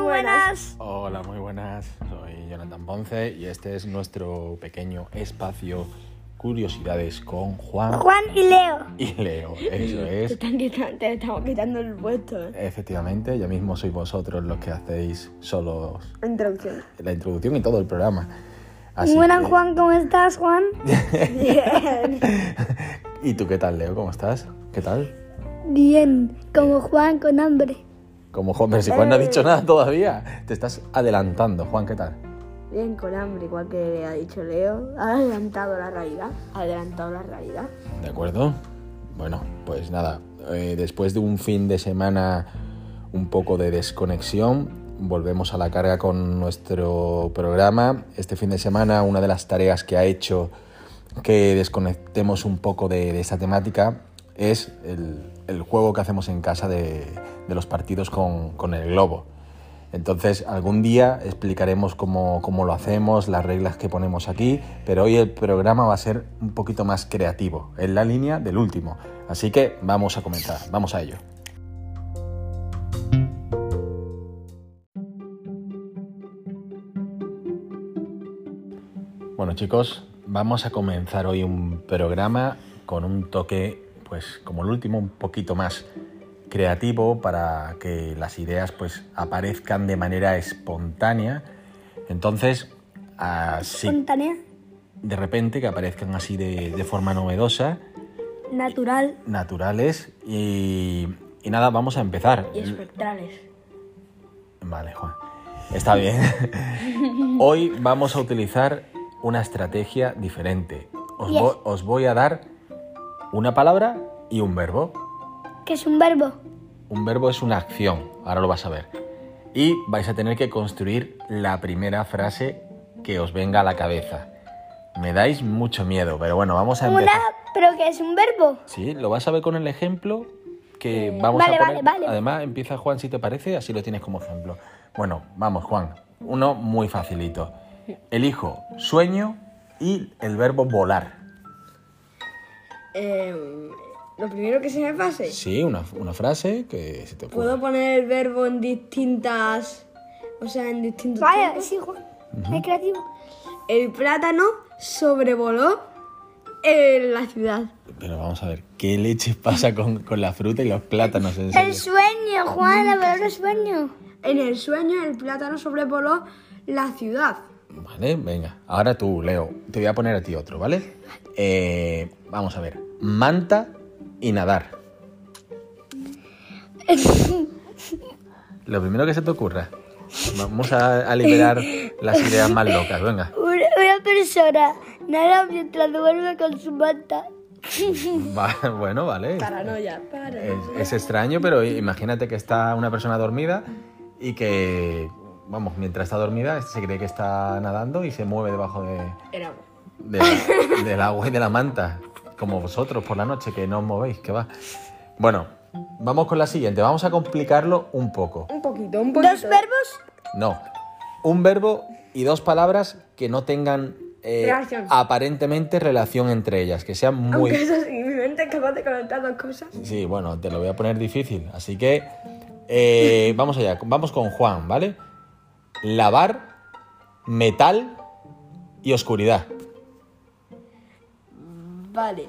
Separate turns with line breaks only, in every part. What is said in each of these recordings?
buenas.
Hola, muy buenas. Soy Jonathan Ponce y este es nuestro pequeño espacio Curiosidades con Juan
Juan y Leo.
y Leo. Eso
Te,
es.
están quitando- te estamos quitando el puesto. ¿eh?
Efectivamente, ya mismo sois vosotros los que hacéis solos
Introducción.
la introducción y todo el programa. Así
Buenas,
que-
Juan, ¿cómo estás, Juan? Bien.
¿Y tú qué tal, Leo? ¿Cómo estás? ¿Qué tal?
Bien, como Juan con hambre.
Como Juan, pero si
Eh.
Juan no ha dicho nada todavía. Te estás adelantando. Juan, ¿qué tal?
Bien, con hambre, igual que le ha dicho Leo. Ha adelantado la realidad. Ha adelantado la realidad.
¿De acuerdo? Bueno, pues nada, eh, después de un fin de semana un poco de desconexión, volvemos a la carga con nuestro programa. Este fin de semana una de las tareas que ha hecho que desconectemos un poco de, de esta temática es el, el juego que hacemos en casa de, de los partidos con, con el globo. Entonces, algún día explicaremos cómo, cómo lo hacemos, las reglas que ponemos aquí, pero hoy el programa va a ser un poquito más creativo, en la línea del último. Así que vamos a comenzar, vamos a ello. Bueno chicos, vamos a comenzar hoy un programa con un toque, pues como el último, un poquito más creativo para que las ideas pues aparezcan de manera espontánea. Entonces, así
Espontánea,
de repente que aparezcan así de, de forma novedosa,
natural.
naturales y, y nada, vamos a empezar.
Y espectrales.
Vale, Juan. Está bien. Hoy vamos a utilizar una estrategia diferente. Os,
Yes.
vo- os voy a dar una palabra y un verbo.
que es un verbo?
Un verbo es una acción, ahora lo vas a ver. Y vais a tener que construir la primera frase que os venga a la cabeza. Me dais mucho miedo, pero bueno, vamos a empezar.
Una, pero que es un verbo.
Sí, lo vas a ver con el ejemplo que vamos
Eh, vale,
a poner.
vale, vale.
Además, empieza Juan, si te parece, así lo tienes como ejemplo. Bueno, vamos, Juan. Uno muy facilito. Elijo sueño y el verbo volar.
Eh, lo primero que se me pase.
Sí, una, una frase que se te ocurra.
Puedo poner el verbo en distintas. O sea, en distintos.
Vaya,
tiempos.
sí, Juan. Es creativo.
El plátano sobrevoló eh, la ciudad.
Pero vamos a ver, ¿qué leche pasa con, con la fruta y los plátanos? En serio?
El sueño, Juan, la palabra sueño.
En el sueño, el plátano sobrevoló la ciudad.
Vale, venga. Ahora tú, Leo. Te voy a poner a ti otro, ¿vale? Eh, vamos a ver. Manta y nadar. Lo primero que se te ocurra. Vamos a, a liberar las ideas más locas, venga.
Una, una persona nada mientras duerme con su manta.
Va- bueno, vale.
Paranoia. Paranoia.
Es, es extraño, pero imagínate que está una persona dormida y que, vamos, mientras está dormida se cree que está nadando y se mueve debajo de,
El agua.
de- del agua y de la manta, como vosotros por la noche que no os movéis, que va. Bueno, vamos con la siguiente, vamos a complicarlo un poco.
Un poquito, un poquito.
Dos verbos,
No, un verbo y dos palabras que no tengan eh,
Relación.
aparentemente relación entre ellas, que sean muy...
Aunque eso sí, mi mente es capaz de conectar dos cosas.
Sí, bueno, te lo voy a poner difícil, así que eh, vamos allá, vamos con Juan, ¿vale? Lavar, metal y oscuridad.
Vale.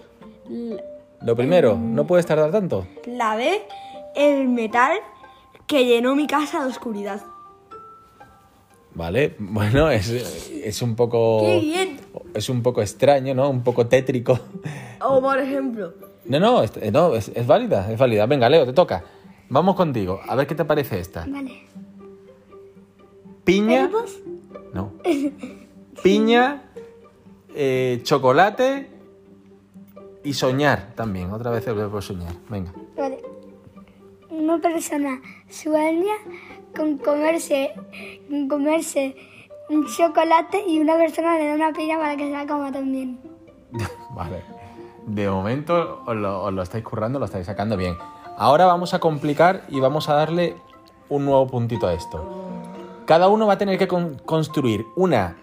La,
Lo primero, no puedes tardar tanto.
lavé el metal que llenó mi casa de oscuridad.
Vale, bueno, es, es un poco.
¡Qué bien!
Es un poco extraño, ¿no? Un poco tétrico.
O por ejemplo,
No, no, es, eh, no, es, es válida, es válida. Venga, Leo, te toca. Vamos contigo, a ver qué te parece esta.
Vale.
Piña.
¿Verbos?
No. Piña, eh, chocolate y soñar también. Otra vez el verbo soñar. Venga.
Vale. Una persona sueña con comerse, con comerse un chocolate y una persona le da una piña para que se la coma también.
Vale. De momento os lo, os lo estáis currando, lo estáis sacando bien. Ahora vamos a complicar y vamos a darle un nuevo puntito a esto. Cada uno va a tener que con- construir una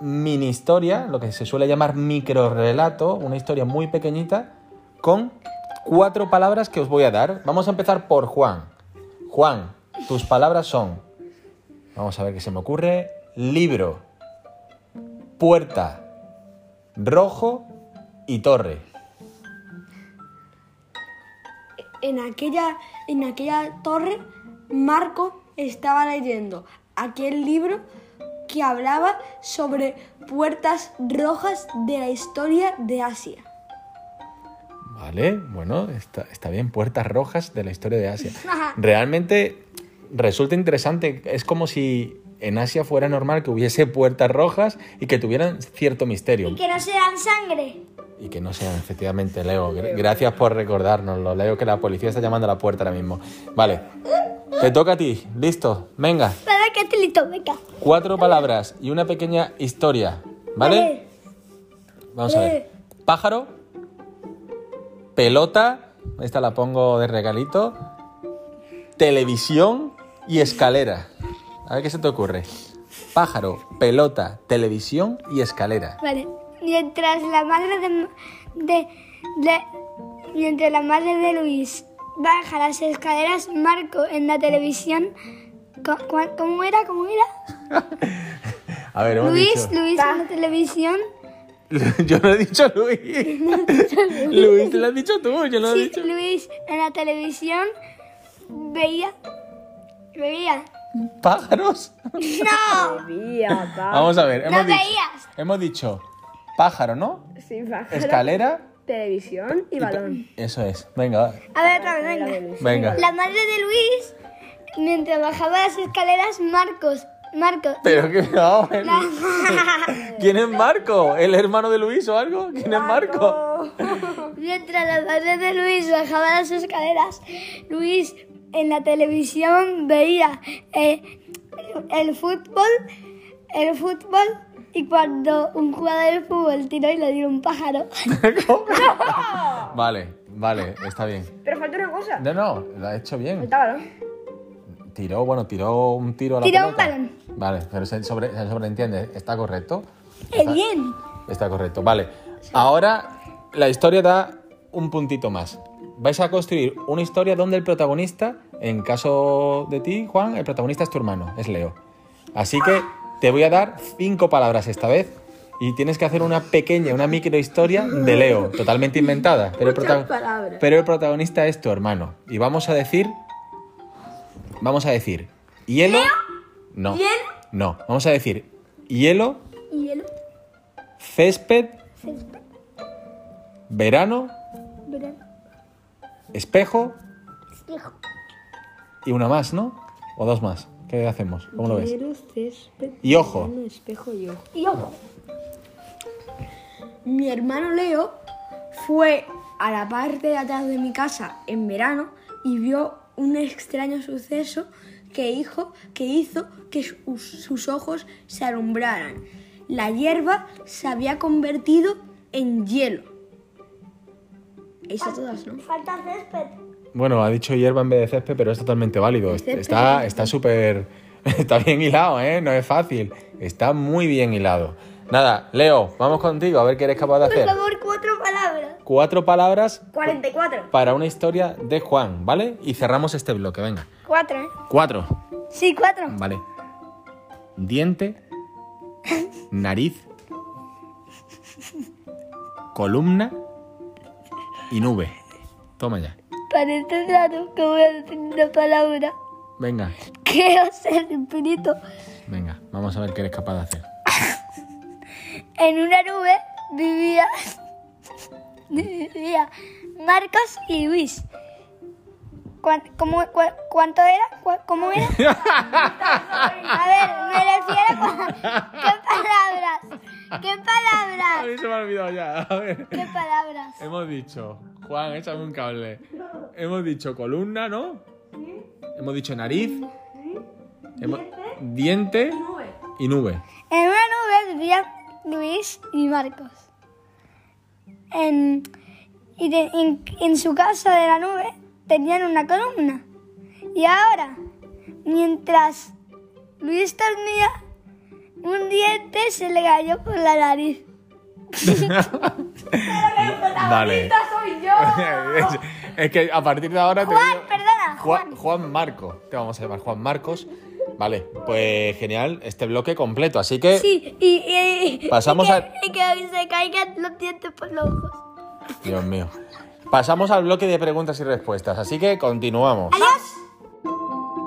mini historia, lo que se suele llamar micro relato, una historia muy pequeñita, con cuatro palabras que os voy a dar. Vamos a empezar por Juan. Juan, tus palabras son Vamos a ver qué se me ocurre. Libro, puerta, rojo y torre.
En aquella, en aquella torre, Marco estaba leyendo aquel libro que hablaba sobre puertas rojas de la historia de Asia.
Vale, bueno, está, está bien, puertas rojas de la historia de Asia. Realmente resulta interesante, es como si en Asia fuera normal que hubiese puertas rojas y que tuvieran cierto misterio.
Y que no se dan sangre.
Y que no sean, efectivamente, Leo. gr- Gracias por recordárnoslo, Leo, que la policía está llamando a la puerta ahora mismo. Vale, te toca a ti, listo, venga.
Para que te listo, venga.
Cuatro palabras y una pequeña historia, ¿vale? Vamos a ver. Pájaro, pelota, esta la pongo de regalito, televisión y escalera. A ver qué se te ocurre. Pájaro, pelota, televisión y escalera.
Vale. Mientras la madre de, de- de- mientras la madre de Luis baja las escaleras, Marco en la televisión co- cua- ¿Cómo era? ¿Cómo era?
A ver, hemos
Luis,
dicho-
Luis en la televisión.
Yo no he dicho Luis. Luis, te lo has dicho tú, yo no lo he
Sí,
dicho.
Luis en la televisión veía veía.
Pájaros.
No,
Vía, pa.
Vamos a ver, hemos,
no
dicho,
veías.
hemos dicho pájaro, ¿no?
Sí, pájaro,
Escalera.
televisión y balón.
Eso es. Venga, va.
a ver otra vez, venga.
venga.
La madre de Luis mientras bajaba las escaleras, Marcos, Marcos.
Pero que no. el-
La-
¿Quién es Marco? ¿El hermano de Luis o algo? ¿Quién es Marco?
Mientras la madre de Luis bajaba las escaleras, Luis en la televisión veía eh, el fútbol, el fútbol y cuando un jugador de fútbol tiró y le dio un pájaro.
Vale, vale, está bien.
Pero falta una cosa.
No, no, lo ha hecho bien.
Falta balón.
Tiró, bueno, tiró un tiro a la
Tiró un
pelota.
balón.
Vale, pero se, sobre, se sobreentiende. ¿Está correcto?
¡Qué bien!
Está correcto, vale. Ahora la historia da un puntito más. Vais a construir una historia donde el protagonista, en caso de ti, Juan, el protagonista es tu hermano, es Leo. Así que te voy a dar cinco palabras esta vez y tienes que hacer una pequeña, una micro historia de Leo, totalmente inventada. Pero el,
Muchas
prota-
palabras.
pero el protagonista es tu hermano. Y vamos a decir... Vamos a decir... ¿Hielo? No. No. Vamos a decir... Hielo,
Y el
césped, verano, espejo
espejo.
y una más, ¿no? O dos más. ¿Qué hacemos? ¿Cómo lo ves?
Hielo, césped,
Y ojo.
verano, espejo y ojo.
Y ojo,
Mi hermano Leo fue a la parte de atrás de mi casa en verano y vio un extraño suceso que, hijo- que hizo que su- sus ojos se alumbraran. La hierba se había convertido en hielo. Eso todas, ¿no?
falta césped.
Bueno, ha dicho hierba en vez de césped, pero es totalmente válido. Est- Está está súper... Está bien hilado, ¿eh? No es fácil. Está muy bien hilado. Nada, Leo, vamos contigo a ver qué eres capaz de
Por
hacer.
favor, cuatro palabras.
Cuatro palabras
44.
para una historia de Juan, ¿vale? Y cerramos este bloque, venga.
Cuatro, ¿eh?
Cuatro.
Sí, cuatro.
Vale. Diente. Nariz. Columna. Y nube. Toma ya.
Para este rato que voy a decir una palabra.
Venga,
Quiero ser infinito.
venga. Vamos a ver qué eres capaz de hacer.
En una nube vivía, vivía Marcos y Luis. ¿Cuán- cómo- cua- ¿Cuánto era? Cua- ¿Cómo era? A ver, me refiero a cua- qué palabras. ¿Qué palabras?
se me ha olvidado ya. A ver.
¿Qué palabras?
Hemos dicho, Juan, échame un cable. Hemos dicho columna, ¿no? Hemos dicho nariz. Hemos- Diente. Y nube.
En una nube vivían Luis y Marcos. En, y de- en, en su casa de la nube tenían una columna. Y ahora, mientras Luis dormía, un diente se le cayó por la nariz.
Vale. es, es que a partir de ahora te
Juan,
digo-
perdona,
Juan, Juan Marco. Te vamos a llamar Juan Marcos. Vale, pues genial, este bloque completo. Así que
Sí, y, y- y-
Pasamos
y que,
a-
y que se caigan los dientes por los ojos.
Dios mío. Pasamos al bloque de preguntas y respuestas, así que continuamos.
¡Adiós!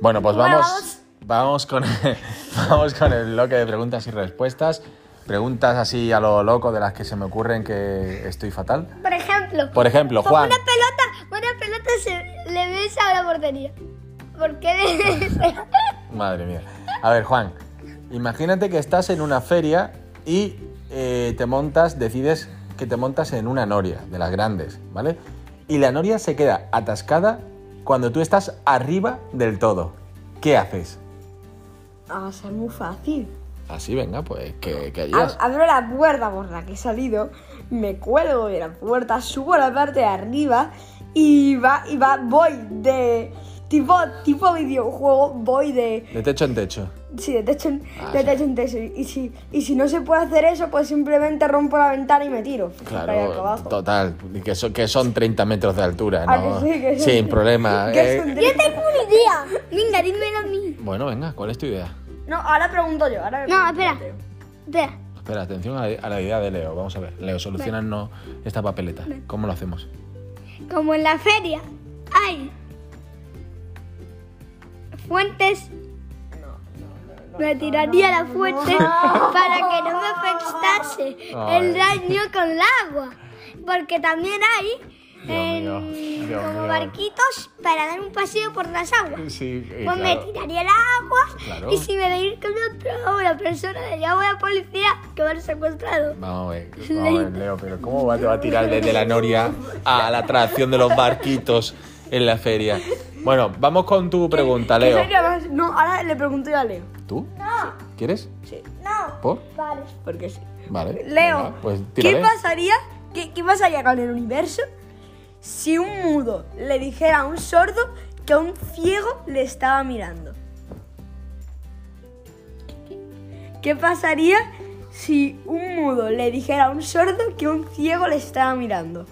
Bueno, pues
Bueno,
vamos, vamos, con, vamos con el bloque de preguntas y respuestas. Preguntas así a lo loco de las que se me ocurren que estoy fatal.
Por ejemplo,
Por ejemplo,
con
Juan.
una pelota, una pelota se le ves a la portería. ¿Por qué le
Madre mía. A ver, Juan, imagínate que estás en una feria y eh, te montas, decides que te montas en una noria de las grandes, ¿vale? Y la noria se queda atascada cuando tú estás arriba del todo. ¿Qué haces?
Va a ser Ah, muy fácil.
Así, venga, pues que, que
Ab- Abro la puerta por la que he salido, me cuelgo de la puerta, subo a la parte de arriba y va, y va, voy de tipo, tipo videojuego, voy de,
De techo en techo.
sí, de techo, en-
Ah,
de
sí.
techo en techo. Y si, y si no se puede hacer eso, pues simplemente rompo la ventana y me tiro. Para allá
Claro,
abajo.
total, que son, que son 30 metros de altura,
Ah,
¿no?
que sí, que sí.
Sin problema.
Que
eh.
es un
Yo
tri-
tengo una idea. Venga, dímelo a mí.
Bueno, venga, ¿cuál es tu idea?
No, ahora pregunto yo, ahora
No,
pregunto
espera.
yo.
Espera.
Espera, atención a a la idea de Leo. Vamos a ver. Leo, solucionanos esta papeleta. ¿Cómo lo hacemos?
Como en la feria hay fuentes. Me tiraría la fuente para que no me afectase
Ay.
el daño con el agua. Porque también hay
mío,
em,
Dios
como
mío.
barquitos para dar un paseo por las aguas.
Sí,
Pues me tiraría las aguas
Eh, Claro.
y si me veis con otra o la persona le llamo a la policía que me han secuestrado.
Vamos a ver, vamos a ver, Leo, pero ¿cómo va- te va a tirar desde la noria a la atracción de los barquitos en la feria? Bueno, vamos con tu pregunta, Leo.
Sería más- No, ahora le pregunto yo a Leo.
¿Tú? ¿Quieres?
Sí,
No.
¿Por?
Vale.
porque sí.
Vale.
Leo,
venga, pues
¿qué
tírale.
pasaría? ¿Qué, qué pasaría con el universo si un mudo le dijera a un sordo que a un ciego le estaba mirando? ¿Qué pasaría si un mudo le dijera a un sordo que un ciego le estaba mirando?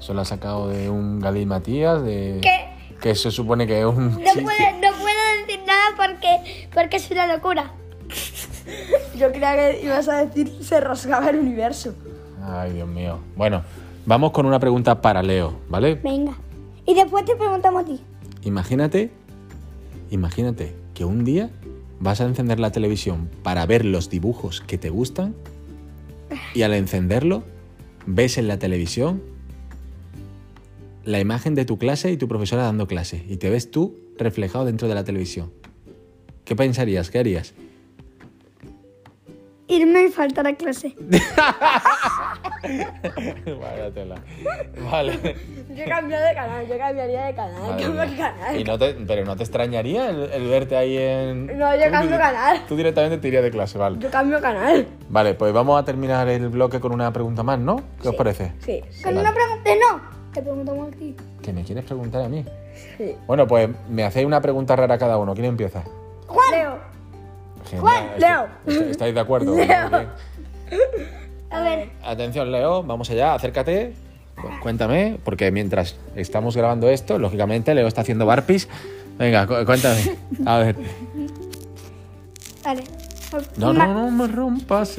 Se lo ha sacado de un Galí Matías, de...
¿Qué?
Que se supone que es un...
No
chiste.
puedo, no puedo decir nada porque, porque es una locura.
Yo creía que ibas a decir se rasgaba el universo.
Ay, Dios mío. Bueno, vamos con una pregunta para Leo, ¿vale?
Venga. Y después te preguntamos a ti.
Imagínate, imagínate que un día vas a encender la televisión para ver los dibujos que te gustan y al encenderlo ves en la televisión la imagen de tu clase y tu profesora dando clase y te ves tú reflejado dentro de la televisión. ¿Qué pensarías? ¿Qué harías?
Irme y faltar a clase.
Vale.
Yo he cambiado de canal, yo cambiaría de canal,
Madre
cambio de
mía.
canal.
Y no te- pero no te extrañaría el, el verte ahí en.
No, yo
Tú
cambio
dire-
canal.
Tú directamente te irías de clase, vale.
Yo cambio canal.
Vale, pues vamos a terminar el bloque con una pregunta más, ¿no? ¿Qué os parece?
Sí,
Con una pregunta. No. Te preguntamos a ti.
¿Que me quieres preguntar a mí?
Sí.
Bueno, pues me hacéis una pregunta rara cada uno. ¿Quién empieza?
Leo.
Genial.
Juan,
Est-
Leo.
est- ¿Estáis de acuerdo?
Leo.
Muy bien.
A ver.
Atención, Leo, vamos allá, acércate. Cu- Cuéntame, porque mientras estamos grabando esto, lógicamente Leo está haciendo barpis. Venga, cu- cuéntame. A ver.
Vale.
No,
Ma-
no, no me rompas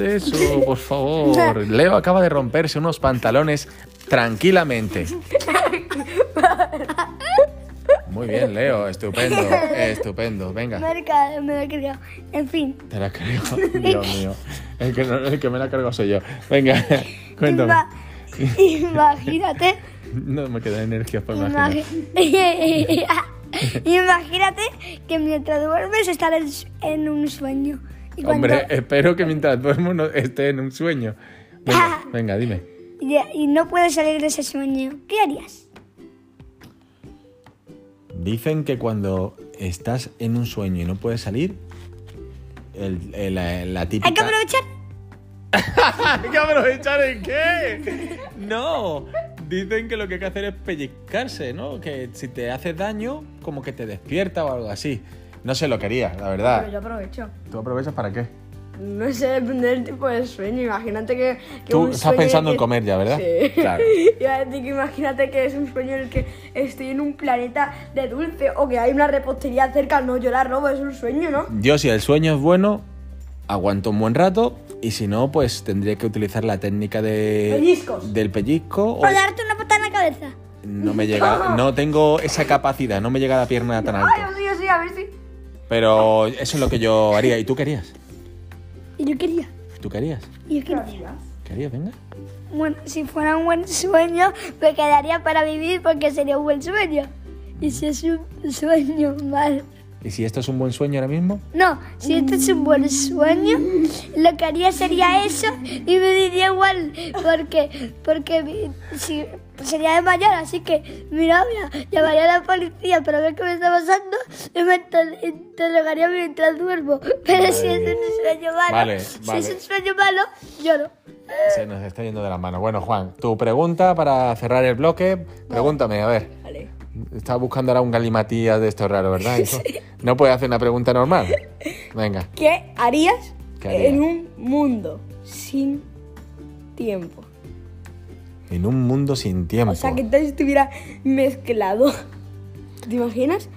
eso, por favor. Leo acaba de romperse unos pantalones tranquilamente. Muy bien, Leo, estupendo, estupendo. Venga,
Me lo he cargado, me lo he cargado. En fin.
te la cargo. Dios mío, el que, no- el que me la cargo soy yo. Venga, cuéntame.
Ima- Imagínate.
No me quedan energías para imaginar.
Imagi- Imagínate que mientras duermes estar en, s- en un sueño. Y cuando-
Hombre, espero que mientras duermo no esté en un sueño.
Ah.
Venga, venga, dime.
y, y no puedes salir de ese sueño. ¿Qué harías?
Dicen que cuando estás en un sueño y no puedes salir, el- el- la, la típica...
Hay que aprovechar.
¿Hay que aprovechar en qué? No, dicen que lo que hay que hacer es pellizcarse, ¿no? Que si te haces daño, como que te despierta o algo así. No sé lo quería, la
Pero
verdad.
yo aprovecho.
¿Tú aprovechas para qué?
No sé, depende del tipo de sueño. Imagínate que. que
Tú
un
estás
sueño
pensando
que-
en comer ya, ¿verdad?
Sí.
Claro.
Iba a decir que imagínate que es un sueño en el que estoy en un planeta de dulce o que hay una repostería cerca. No, yo la robo, es un sueño, ¿no?
Yo si el sueño es bueno, aguanto un buen rato y si no, pues tendría que utilizar la técnica de
Pellizcos.
del pellizco o
O darte una patada en la cabeza.
no me llega, no tengo esa capacidad, no me llega la pierna tan
Ay, yo
alto.
sí, yo sí, a ver si.
Pero eso es lo que yo haría. ¿Y tú querías?
Y yo quería.
¿Tú querías?
Y yo quería.
¿Querías? Venga.
Bueno, si fuera un buen sueño, me quedaría para vivir porque sería un buen sueño. Y si es un sueño mal.
¿Y si esto es un buen sueño ahora mismo?
No, si esto es un buen sueño, lo que haría sería eso y me diría igual, porque, porque mi- si, pues sería de mañana, así que mi novia llamaría a la policía para ver qué me está pasando y me inter- interrogaría mientras duermo. Pero si es un sueño malo,
Vale, vale.
si es un sueño malo, lloro.
Se nos está yendo de las manos. Bueno, Juan, tu pregunta para cerrar el bloque, pregúntame, a ver.
Vale.
Estás buscando ahora un galimatías de esto raro, ¿verdad? hijo? No puedes hacer una pregunta normal. Venga.
¿Qué harías
¿Qué haría?
en un mundo sin tiempo?
En un mundo sin tiempo.
O sea, que tal si estuviera mezclado. ¿Te imaginas?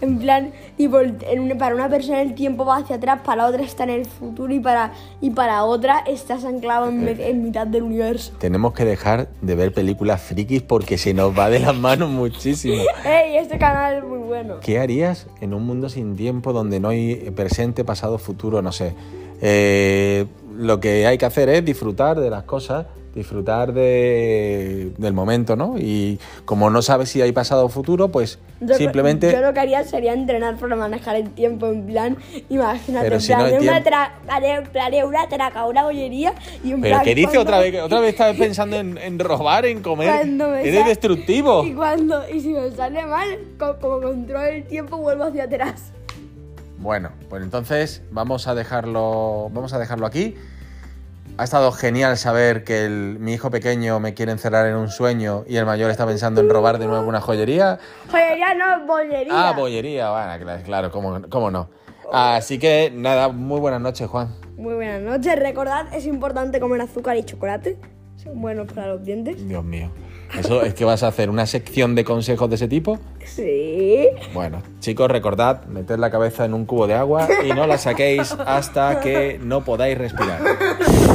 En plan, tipo, el- en una- para una persona el tiempo va hacia atrás, para otra está en el futuro y para, y para otra estás anclado en, me- en mitad del universo.
Tenemos que dejar de ver películas frikis porque se nos va de las manos muchísimo.
¡Ey! Este canal es muy bueno.
¿Qué harías en un mundo sin tiempo donde no hay presente, pasado, futuro? No sé. Eh, lo que hay que hacer es disfrutar de las cosas, disfrutar de, del momento, ¿no? Y como no sabes si hay pasado o futuro, pues
Yo-
simplemente...
Yo lo que haría sería entrenar para manejar el tiempo, en plan, imagínate,
Pero
en
si
plan,
no hay
haré una
tiempo.
tra- haré- haré una traca, una bollería y un
Pero ¿qué dice otra vez? que Otra vez estás pensando en, en robar, en comer.
Cuando me
Eres
sa-
destructivo.
Y cuando, y si me sale mal, co- como controlo el tiempo, vuelvo hacia atrás.
Bueno, pues entonces vamos a dejarlo, vamos a dejarlo aquí. Ha estado genial saber que el- mi hijo pequeño me quiere encerrar en un sueño y el mayor está pensando en robar de nuevo una joyería.
Joyería Pues no, bollería.
Ah, bollería, bueno, cla- claro, cómo, cómo no. Así que nada, muy buenas noches, Juan.
Muy buenas noches. Recordad, es importante comer azúcar y chocolate. Son buenos para los dientes.
Dios mío. ¿Eso es que vas a hacer una sección de consejos de ese tipo?
Sí.
Bueno, chicos, recordad, meted la cabeza en un cubo de agua y no la saquéis hasta que no podáis respirar.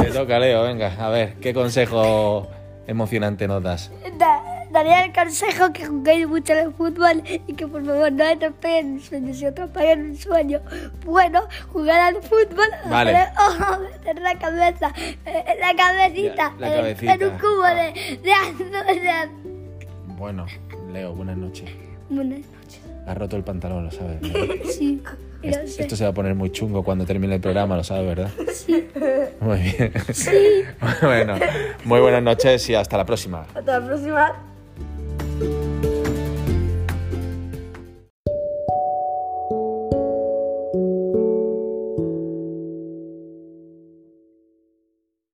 Te toca, Leo, venga, a ver, ¿qué consejo emocionante nos das?
Da- daría el consejo que juguéis mucho al fútbol y que por favor no atropellen sueños. Si atropellan un sueño bueno, jugar al fútbol,
Vale.
meter- ojo, meter la cabeza, eh, la cabecita,
Ya, la
en-
cabecita.
en un cubo de, de azúcar. de az-
Bueno, Leo, buenas noches.
Buenas noches.
Has roto el pantalón, lo sabes. ¿verdad?
Sí, y lo
Est-
sé.
Esto se va a poner muy chungo cuando termine el programa, lo sabes, ¿verdad? Sí. Muy bien. Sí. Bueno, muy buenas noches y hasta la próxima.
Hasta la próxima.